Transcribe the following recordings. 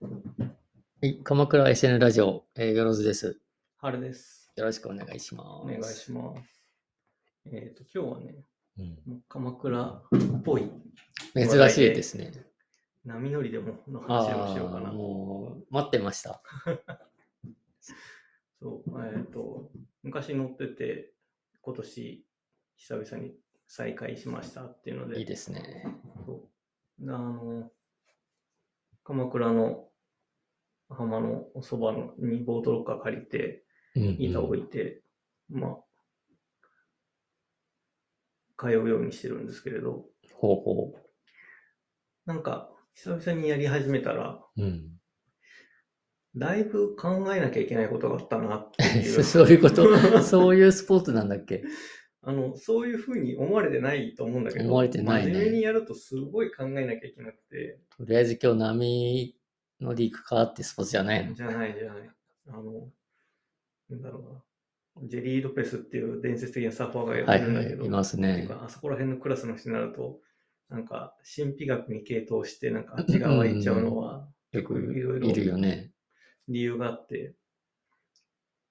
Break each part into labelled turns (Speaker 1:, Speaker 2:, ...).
Speaker 1: はい、鎌倉 SN ラジオ、えー、よろずです。
Speaker 2: 春です。
Speaker 1: よろしくお願いします。
Speaker 2: お願いします。えっ、と、今日はね、
Speaker 1: うん
Speaker 2: もう鎌倉っぽい
Speaker 1: 珍しいですね。
Speaker 2: 波乗りでもの
Speaker 1: あ
Speaker 2: 話をしようか
Speaker 1: あ、
Speaker 2: な。
Speaker 1: もう待ってました。
Speaker 2: そう、えっ、と、昔乗ってて、今年久々に再開しましたっていうので、
Speaker 1: いいですね。
Speaker 2: そうであの、鎌倉の浜のおそばのにボートロッカー借りて、
Speaker 1: うんうん
Speaker 2: 板置いて、まあ、通うようにしてるんですけれど、
Speaker 1: ほうほ
Speaker 2: なんか、久々にやり始めたら、
Speaker 1: う。うん、
Speaker 2: だいぶ考えなきゃいけないことがあったなっていう。
Speaker 1: そういうこと、そういうスポーツなんだっけ
Speaker 2: あの、そういうふうに思われてないと思うんだけど、
Speaker 1: 思われてないね
Speaker 2: 真面目にやるとすごい考えなきゃいけなくて、
Speaker 1: とりあえず今日波乗り行くかってスポーツじゃないの
Speaker 2: じゃないじゃない。あの、なんだろうな。ジェリー・ロペスっていう伝説的なサーファーが
Speaker 1: はいい、
Speaker 2: るんだけど、
Speaker 1: います
Speaker 2: なん
Speaker 1: ね。
Speaker 2: かあそこら辺のクラスの人になると、なんか、神秘学に傾倒して、なんか、あっち側行っちゃうのは、
Speaker 1: よく
Speaker 2: いろいろ
Speaker 1: いるよね。
Speaker 2: 理由があって、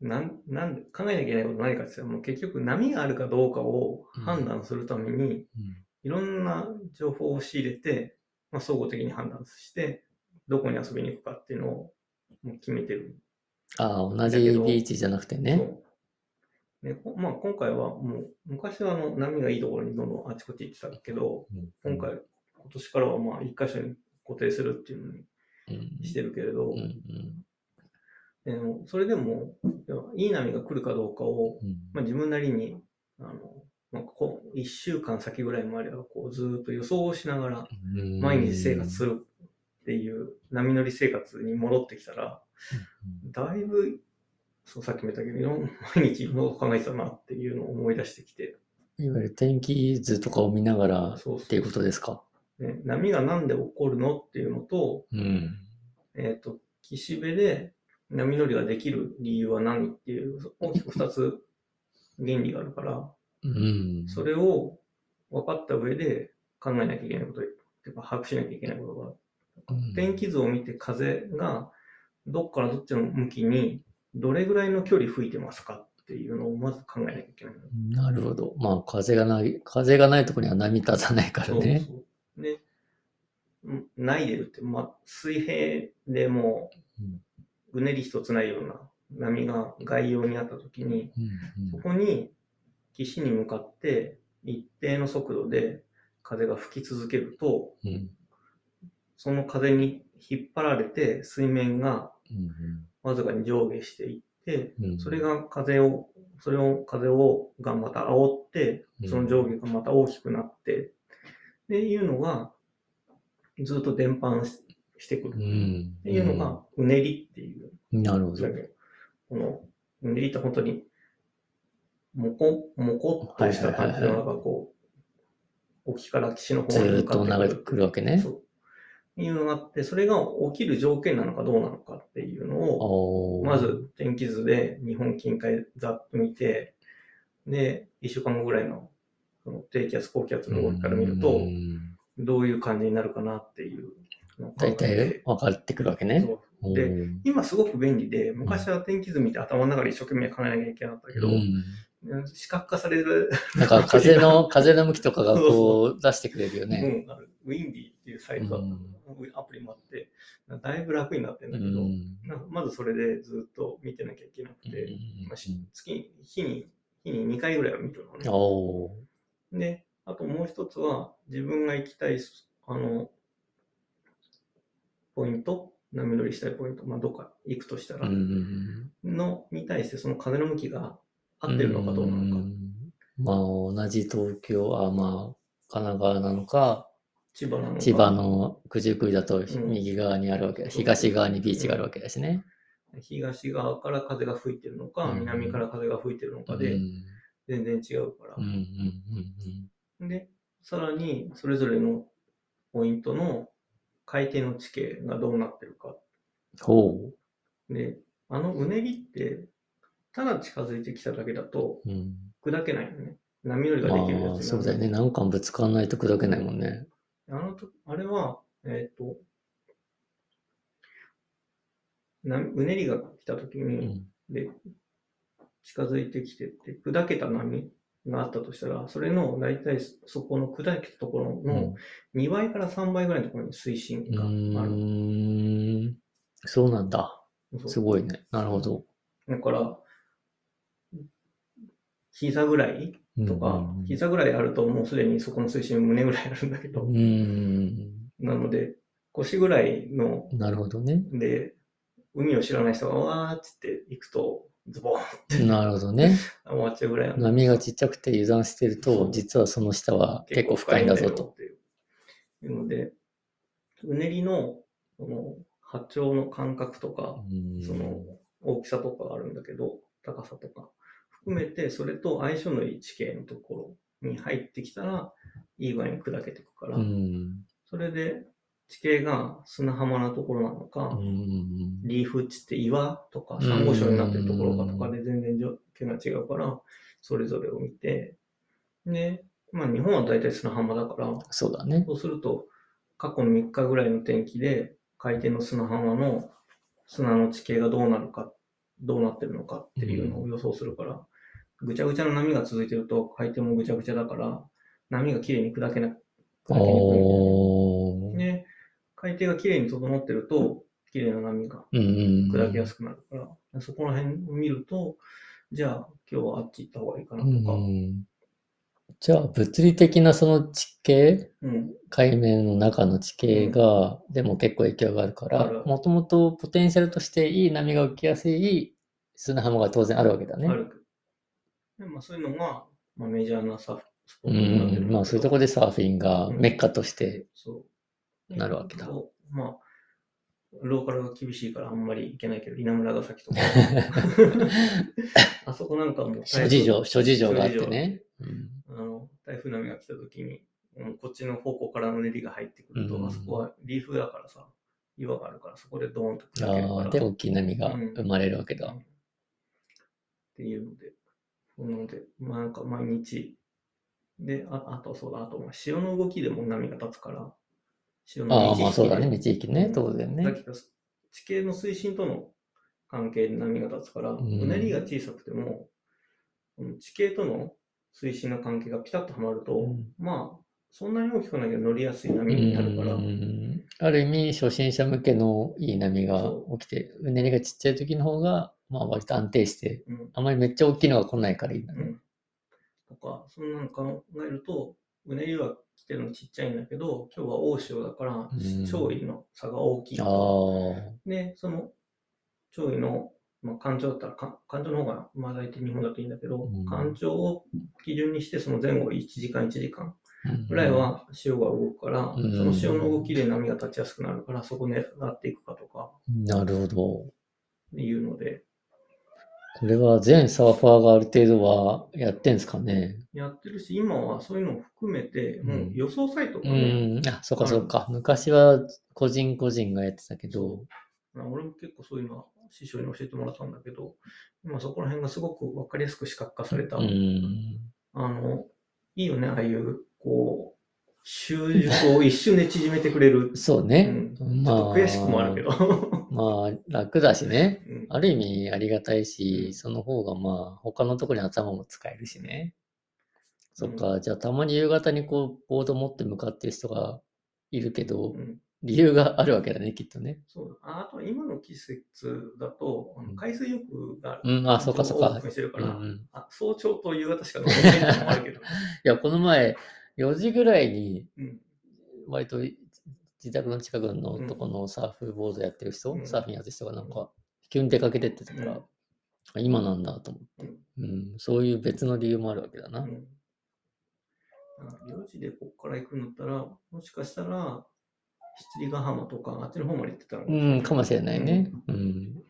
Speaker 2: なん、なんで、考えなきゃいけないこと何かって言ったら、もう結局波があるかどうかを判断するために、いろんな情報を仕入れて、まあ、総合的に判断して、どこに遊びに行くかっていうのをもう決めてる。
Speaker 1: ああ、同じ
Speaker 2: だけど
Speaker 1: ビーチじゃなくてね。
Speaker 2: そうねこまあ、今回はもう、昔はあの波がいいところにどんどんあちこち行ってたけど、今回、今年からはまあ、一箇所に固定するっていうの
Speaker 1: うん、
Speaker 2: にしてるけれど、
Speaker 1: うんうん
Speaker 2: でもそれでも、いい波が来るかどうかを
Speaker 1: うん
Speaker 2: まあ、自分なりに、あの、まあ、こう、1週間先ぐらいまでは、こう、ずーっと予想をしながら、
Speaker 1: うん
Speaker 2: 毎日生活するっていう、波乗り生活に戻ってきたら、だいぶ、そう、さっきも言ったけど、いろん毎日いろんなこと考えてたなっていうのを思い出してきて、
Speaker 1: いわゆる天気図とかを見ながらっ
Speaker 2: そう
Speaker 1: ていうことですか。
Speaker 2: ね、波がなんで起こるのっていうのと、
Speaker 1: うん。
Speaker 2: えっ、と、岸辺で波乗りができる理由は何っていう、大きく2つ原理があるから、
Speaker 1: うん。
Speaker 2: それを分かった上で考えなきゃいけないこと、てか把握しなきゃいけないことがあ
Speaker 1: う
Speaker 2: る、
Speaker 1: ん
Speaker 2: 天気図を見て風がどっからどっちの向きにどれぐらいの距離吹いてますかっていうのをまず考えなきゃいけない。
Speaker 1: なるほど。まあ、風がない、風がないところには波立たないからね。
Speaker 2: そうそう。で、んないでるって、まあ、水平でも
Speaker 1: うん
Speaker 2: ううねり一つないような波が概要にあったときに、
Speaker 1: うん
Speaker 2: そ
Speaker 1: うん
Speaker 2: こに岸に向かって一定の速度で風が吹き続けると、
Speaker 1: うん
Speaker 2: その風に引っ張られて水面がわずかに上下していって、
Speaker 1: うんうん
Speaker 2: それが風を、それを風をがまた煽って、その上下がまた大きくなって、っていうのがずっと伝播ししてくる。
Speaker 1: う
Speaker 2: っ
Speaker 1: ん
Speaker 2: ていうのがうねりっていう。
Speaker 1: うんなるほど。
Speaker 2: だけどこのうねりって本当にもこ、もこっとした感じのなんかこう、沖から岸の
Speaker 1: ず
Speaker 2: 方に
Speaker 1: ー
Speaker 2: 向
Speaker 1: っ
Speaker 2: かっ
Speaker 1: と流れて
Speaker 2: てくる
Speaker 1: くるわけね
Speaker 2: そ。う。いうのがあって、それが起きる条件なのかどうなのかっていうのを、
Speaker 1: おー
Speaker 2: ま、ず天気図で日本近海ざっと見て、で、1週間後ぐらいのその低気圧、高気圧の動きから見る
Speaker 1: う
Speaker 2: と、
Speaker 1: ん
Speaker 2: どういう感じになるかなっていうのを考え
Speaker 1: 大体
Speaker 2: て。
Speaker 1: 分かってくるわけね。
Speaker 2: そう
Speaker 1: おー
Speaker 2: で今すごく便利で、昔は天気図見て頭の中で一生懸命考えなきゃいけなかったけど
Speaker 1: う、ん
Speaker 2: 視覚化される
Speaker 1: なんか風の、風の向きとかが
Speaker 2: そう
Speaker 1: こう出してくれるよね。
Speaker 2: うん、あるウィンディっていうサイトだったのアプリもあって、だいぶ楽になってんだけど、
Speaker 1: うん
Speaker 2: なまずそれでずっと見てなきゃいけなくて、まあし月に、日に、日に2回ぐらいは見るのね。
Speaker 1: おー
Speaker 2: で、あともう一つは、自分が行きたい、あの、ポイント、波乗りしたいポイント、まあ、どっか行くとした
Speaker 1: う
Speaker 2: ら、
Speaker 1: ん
Speaker 2: の、に対してその風の向きが合ってるのかどうなのか、
Speaker 1: んまあ、同じ東京、あまあ、神奈川なのか、
Speaker 2: 千葉なのか、
Speaker 1: 千葉の九十九里だと
Speaker 2: ん
Speaker 1: 右側にあるわけだ、
Speaker 2: そう
Speaker 1: 東側にビーチがあるわけだしね。
Speaker 2: 東側から風が吹いてるのか、
Speaker 1: うん
Speaker 2: 南から風が吹いてるのかで、
Speaker 1: ん
Speaker 2: 全然違うから
Speaker 1: うんうんう。ん
Speaker 2: で、さらに、それぞれのポイントの海底の地形がどうなってるか。
Speaker 1: ほ
Speaker 2: で、あのうねりって、ただ近づいてきただけだと、
Speaker 1: う。うん
Speaker 2: 砕けないよね。波乗りができるや
Speaker 1: ああ、
Speaker 2: つに
Speaker 1: そうだよね。なんかぶつかんないと砕けないもんね。
Speaker 2: あのと、あれは、えっ、と、なうねりが来た時
Speaker 1: う
Speaker 2: に、
Speaker 1: ん。
Speaker 2: で、近づいてきてって、砕けた波があったとしたら、それの大体そそこの砕けたところの2倍から3倍ぐらいのところに水深
Speaker 1: う
Speaker 2: がある。
Speaker 1: ーん。そうなんだ。
Speaker 2: そう
Speaker 1: すごいね。なるほど。
Speaker 2: だから、膝ぐらい
Speaker 1: うん
Speaker 2: とか、膝ぐらいあるともうすでにそこの水深胸ぐらいあるんだけ
Speaker 1: う
Speaker 2: ど、
Speaker 1: ん。
Speaker 2: なので、腰ぐらいの
Speaker 1: なるほどね。
Speaker 2: で、海を知らない人がわーっつって行くと、ズボン
Speaker 1: なるほどね。
Speaker 2: 終わっちゃうぐらいなんで
Speaker 1: 波がちっちゃくて油断してる
Speaker 2: そ
Speaker 1: と
Speaker 2: う、
Speaker 1: 実はその下は結構深いんだぞと。
Speaker 2: っていう。いうので、うねりの、その、波長の感覚とか、
Speaker 1: うん
Speaker 2: その、大きさとかがあるんだけど、高さとか、含めて、それと相性のいい地形のところに入ってきたら、いい具合に砕けていくから、
Speaker 1: うん。
Speaker 2: それで、地形が砂浜なところなのか、
Speaker 1: うん
Speaker 2: リーフっちって岩とか珊瑚礁になってるところかとかで全然条件が違うから、それぞれを見て、で、まあ日本は大体砂浜だから、
Speaker 1: そうだね。
Speaker 2: そうすると過去3日ぐらいの天気で海底の砂浜の砂の地形がどうなるか、どうなってるのかっていうのを予想するから、ぐちゃぐちゃの波が続いてると海底もぐちゃぐちゃだから、波がきれいに砕けな、砕けにくいんだよね。
Speaker 1: おー。
Speaker 2: で、海底がきれいに整ってると、きれいな波が
Speaker 1: うんうん。
Speaker 2: 砕けやすくなるから、そこら辺を見ると、じゃあ今日はあっち行った方がいいかなとか、
Speaker 1: うんじゃあ、物理的なその地形、
Speaker 2: うん、
Speaker 1: 海面の中の地形が、でも結構影響があるか
Speaker 2: あ
Speaker 1: ら
Speaker 2: る、
Speaker 1: もともとポテンシャルとしていい波が浮きやすい砂浜が当然あるわけだね
Speaker 2: あ。るでまあ、そういうのが、まあ、メジャーなサーフスポ
Speaker 1: う
Speaker 2: ットになってる
Speaker 1: ん、まあそういうところでサーフィンがメッカとして、
Speaker 2: そう
Speaker 1: なるわけだ
Speaker 2: まあ、ローカルが厳しいからあんまり行けないけど、稲村ヶ 崎とか、あそこなんかもう
Speaker 1: 諸事情、諸事情があってね。
Speaker 2: あの、台風波が来た時に、うんこっちの方向からの練りが入ってくると、
Speaker 1: うん
Speaker 2: あそこはリーフだからさ、岩があるから、そこでドーンと
Speaker 1: うん
Speaker 2: 砕けるか
Speaker 1: あー
Speaker 2: ら。
Speaker 1: で、大きい波が生まれるわけだ
Speaker 2: うん。っていうので、なので、まあなんか毎日、で、ああとそうだ、あとまあ潮の動きでも波が立つから、潮の
Speaker 1: ああ、
Speaker 2: 満ち
Speaker 1: まあそうだね、
Speaker 2: 引きで
Speaker 1: 道行きね、当然
Speaker 2: さ
Speaker 1: ね
Speaker 2: っ。き言った地形の水深との関係で波が立つから、うんねりが小さくても、この地形との水深の関係がピタッとはまると、
Speaker 1: うん
Speaker 2: まあ、そんなに大きくないけど乗りやすい波になるから、
Speaker 1: うんある意味初心者向けのいい波が起きてうねりがちっちゃい時の方が、まあ、割と安定して
Speaker 2: うん
Speaker 1: あまりめっちゃ大きいのが来ないからいいんだ
Speaker 2: う
Speaker 1: ね。
Speaker 2: ん、とか、そんなの考えると、うねりは来てるのちっちゃいんだけど、今日は大潮だから、
Speaker 1: うん
Speaker 2: 潮位の差が大きい
Speaker 1: ああ
Speaker 2: と。で、その潮位の、まあ、干潮だったらか、干潮の方が、まあ大体日本だといいんだけど、
Speaker 1: うん
Speaker 2: 干潮を基準にして、その前後1時間1時間
Speaker 1: うん
Speaker 2: ぐらいは潮が動くから、
Speaker 1: うん
Speaker 2: その潮の動きで波が立ちやすくなるから、そこ狙っていくかとか
Speaker 1: なるほど。こ
Speaker 2: いうので、
Speaker 1: れは全サーファーがある程度はやってんすかね。
Speaker 2: やってるし、今はそういうのを含めて、もう予想サイト
Speaker 1: う
Speaker 2: がね、
Speaker 1: ん、あそうかそうか。昔は個人個人がやってたけど、
Speaker 2: まあ俺も結構そういうのは師匠に教えてもらったんだけど、今そこら辺がすごく分かりやすく視覚化された、
Speaker 1: うん、。
Speaker 2: あの、いいよね、ああいう、こう、習熟を一瞬で縮めてくれる
Speaker 1: そう
Speaker 2: う
Speaker 1: ね。
Speaker 2: ん、ちょっ
Speaker 1: ま
Speaker 2: と悔しくもあるけど。
Speaker 1: まあ楽だしね。
Speaker 2: うん
Speaker 1: ある意味ありがたいし、
Speaker 2: うん
Speaker 1: その方がまあ他のところに頭も使えるしね。そっ
Speaker 2: う
Speaker 1: か、じゃあたまに夕方にこうボード持って向かってる人がいるけど
Speaker 2: う、ん
Speaker 1: 理由があるわけだね、きっとね。
Speaker 2: そうああと今の季節だと、あ
Speaker 1: う
Speaker 2: の
Speaker 1: ん
Speaker 2: 海水浴が、
Speaker 1: うん、あ、そっかそっ
Speaker 2: オ
Speaker 1: か
Speaker 2: ープ。ンしてるか
Speaker 1: うん
Speaker 2: ら、
Speaker 1: うん、い
Speaker 2: あ早朝と夕方しか飲んでないのもあるけど、
Speaker 1: や、この前、4時ぐらいに、
Speaker 2: うん、
Speaker 1: 割と自宅の近くのとこのサーフボードやってる人、
Speaker 2: うん
Speaker 1: サーフィンやってる人がなんか、急に出かけてってたから、あ今なんだと思って、うん。そういう別の理由もあるわけだな。
Speaker 2: うんあ4時でここから行くんだったら、もしかしたら、七里ヶ浜とか、あっちの方まで行ってたのかもしれ
Speaker 1: う
Speaker 2: ない
Speaker 1: ん、かもしれないね。うん。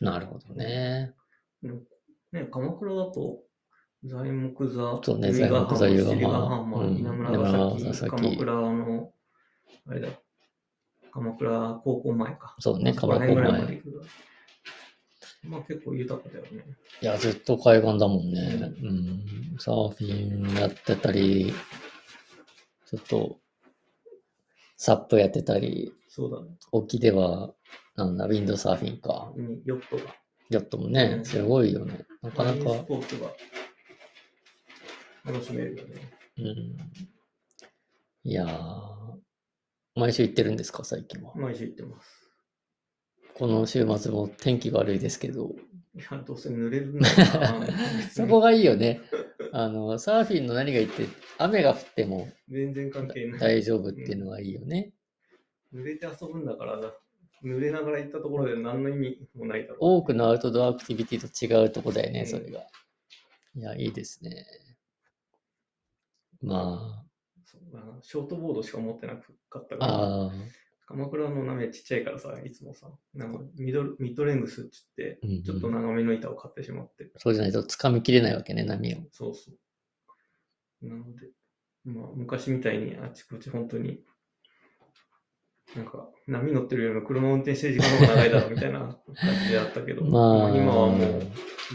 Speaker 1: なるほどね。
Speaker 2: ね、鎌倉だと、材木座、
Speaker 1: そうね
Speaker 2: 由比ヶ浜
Speaker 1: 材木座
Speaker 2: 七里ヶ浜、
Speaker 1: 由比
Speaker 2: 稲
Speaker 1: ヶ浜うん稲
Speaker 2: 村ヶ
Speaker 1: 村ヶ
Speaker 2: 崎、
Speaker 1: 崎
Speaker 2: 鎌倉の、あれだ、鎌倉高校前か。
Speaker 1: そうね、
Speaker 2: そ
Speaker 1: 鎌
Speaker 2: こら
Speaker 1: 倉
Speaker 2: 辺
Speaker 1: 公
Speaker 2: ぐらいまで
Speaker 1: 前。
Speaker 2: 行くまあ結構豊かだよね。
Speaker 1: いや、ずっと海岸だもんね。うん。サーフィンやってたり、ちょっと、サップやってたり、
Speaker 2: そうだね。
Speaker 1: 沖では、なんだ、ウィンドサーフィンか。
Speaker 2: うんヨットが。
Speaker 1: ヨットもね
Speaker 2: う、ん
Speaker 1: すごいよね。なかなか
Speaker 2: マリンス、ポーツが楽しめるよね。
Speaker 1: うん。いやー、毎週行ってるんですか、最近は。
Speaker 2: 毎週行ってます。
Speaker 1: この週末も天気が悪いですけど、
Speaker 2: いや、どうせ濡れるんだろうな 別
Speaker 1: そ
Speaker 2: に
Speaker 1: こがいいよね。あの、サーフィンの何がいいって、雨が降っても
Speaker 2: 全然関係ない。
Speaker 1: 大丈夫っていうのがいいよね。
Speaker 2: 濡れて遊ぶんだからな。濡れながら行ったところで何の意味もないだろう。
Speaker 1: 多くのアウトドアアクティビティと違うとこだよね、
Speaker 2: うん
Speaker 1: それが。いや、いいですね。ま
Speaker 2: そうだなショートボードしか持ってなかった
Speaker 1: あ、
Speaker 2: から。
Speaker 1: ああ、
Speaker 2: 鎌倉の鍋ちっちゃいからさ、いつもさ、なんかミドルミッドレングスっつって、
Speaker 1: うんうん
Speaker 2: ちょっと長めの板を買ってしまって。
Speaker 1: そうじゃないと掴みきれないわけね、波を。
Speaker 2: そうそう。なので、まあ、昔みたいにあちこち本当に、なんか、波乗ってるよりも車運転してる時間の方が長いだろうみたいな感じだったけど、
Speaker 1: まあ、
Speaker 2: 今はもう自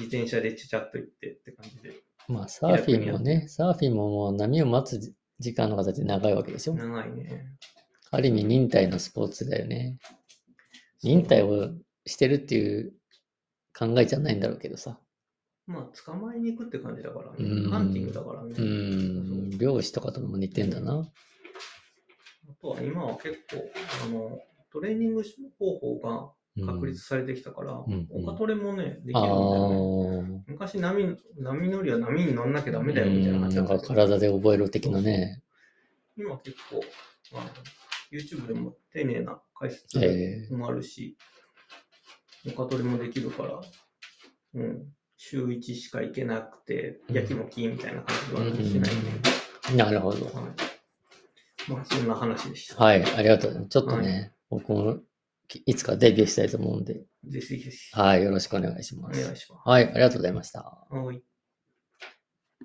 Speaker 2: 転車でちゃちゃっと行ってって感じで、
Speaker 1: まあ、サーフィンもね、サーフィンももう波を待つ時間の方って長いわけでしょ。
Speaker 2: 長いね。
Speaker 1: ある意味忍耐のスポーツだよね。忍耐をしてるっていう考えじゃないんだろうけどさ。
Speaker 2: まあ、捕まえに行くって感じだからね
Speaker 1: うん。
Speaker 2: ハンティングだからね。
Speaker 1: うーん、漁師とかとも似てんだな。
Speaker 2: あとは今は結構、あの、トレーニング方法が
Speaker 1: うん
Speaker 2: 確立されてきたから、
Speaker 1: んうん
Speaker 2: オカトレもね、できるん
Speaker 1: あ
Speaker 2: だよね。
Speaker 1: ー
Speaker 2: 昔波、波乗りは波に乗んなきゃダメだよみたい
Speaker 1: う
Speaker 2: な
Speaker 1: ん
Speaker 2: 話
Speaker 1: なん
Speaker 2: だった
Speaker 1: か
Speaker 2: けど、
Speaker 1: 体で覚えろ的なね。
Speaker 2: 今結構あの、YouTube でも丁寧な解
Speaker 1: え
Speaker 2: 説もあるし、他取りもできるから、うん、週1しか行けなくて、
Speaker 1: うん
Speaker 2: やきもきみたいな感じは
Speaker 1: うん
Speaker 2: しないね。
Speaker 1: なるほど。
Speaker 2: はいまあ、そんな話でした。
Speaker 1: はい、ありがとう。ちょっとね、僕もきいつかデビューしたいと思うんで、
Speaker 2: ぜひぜひ、
Speaker 1: はい、よろしくお願いし
Speaker 2: お
Speaker 1: ま
Speaker 2: 願
Speaker 1: す。
Speaker 2: いしま
Speaker 1: はい、ありがとうございました。
Speaker 2: す。はい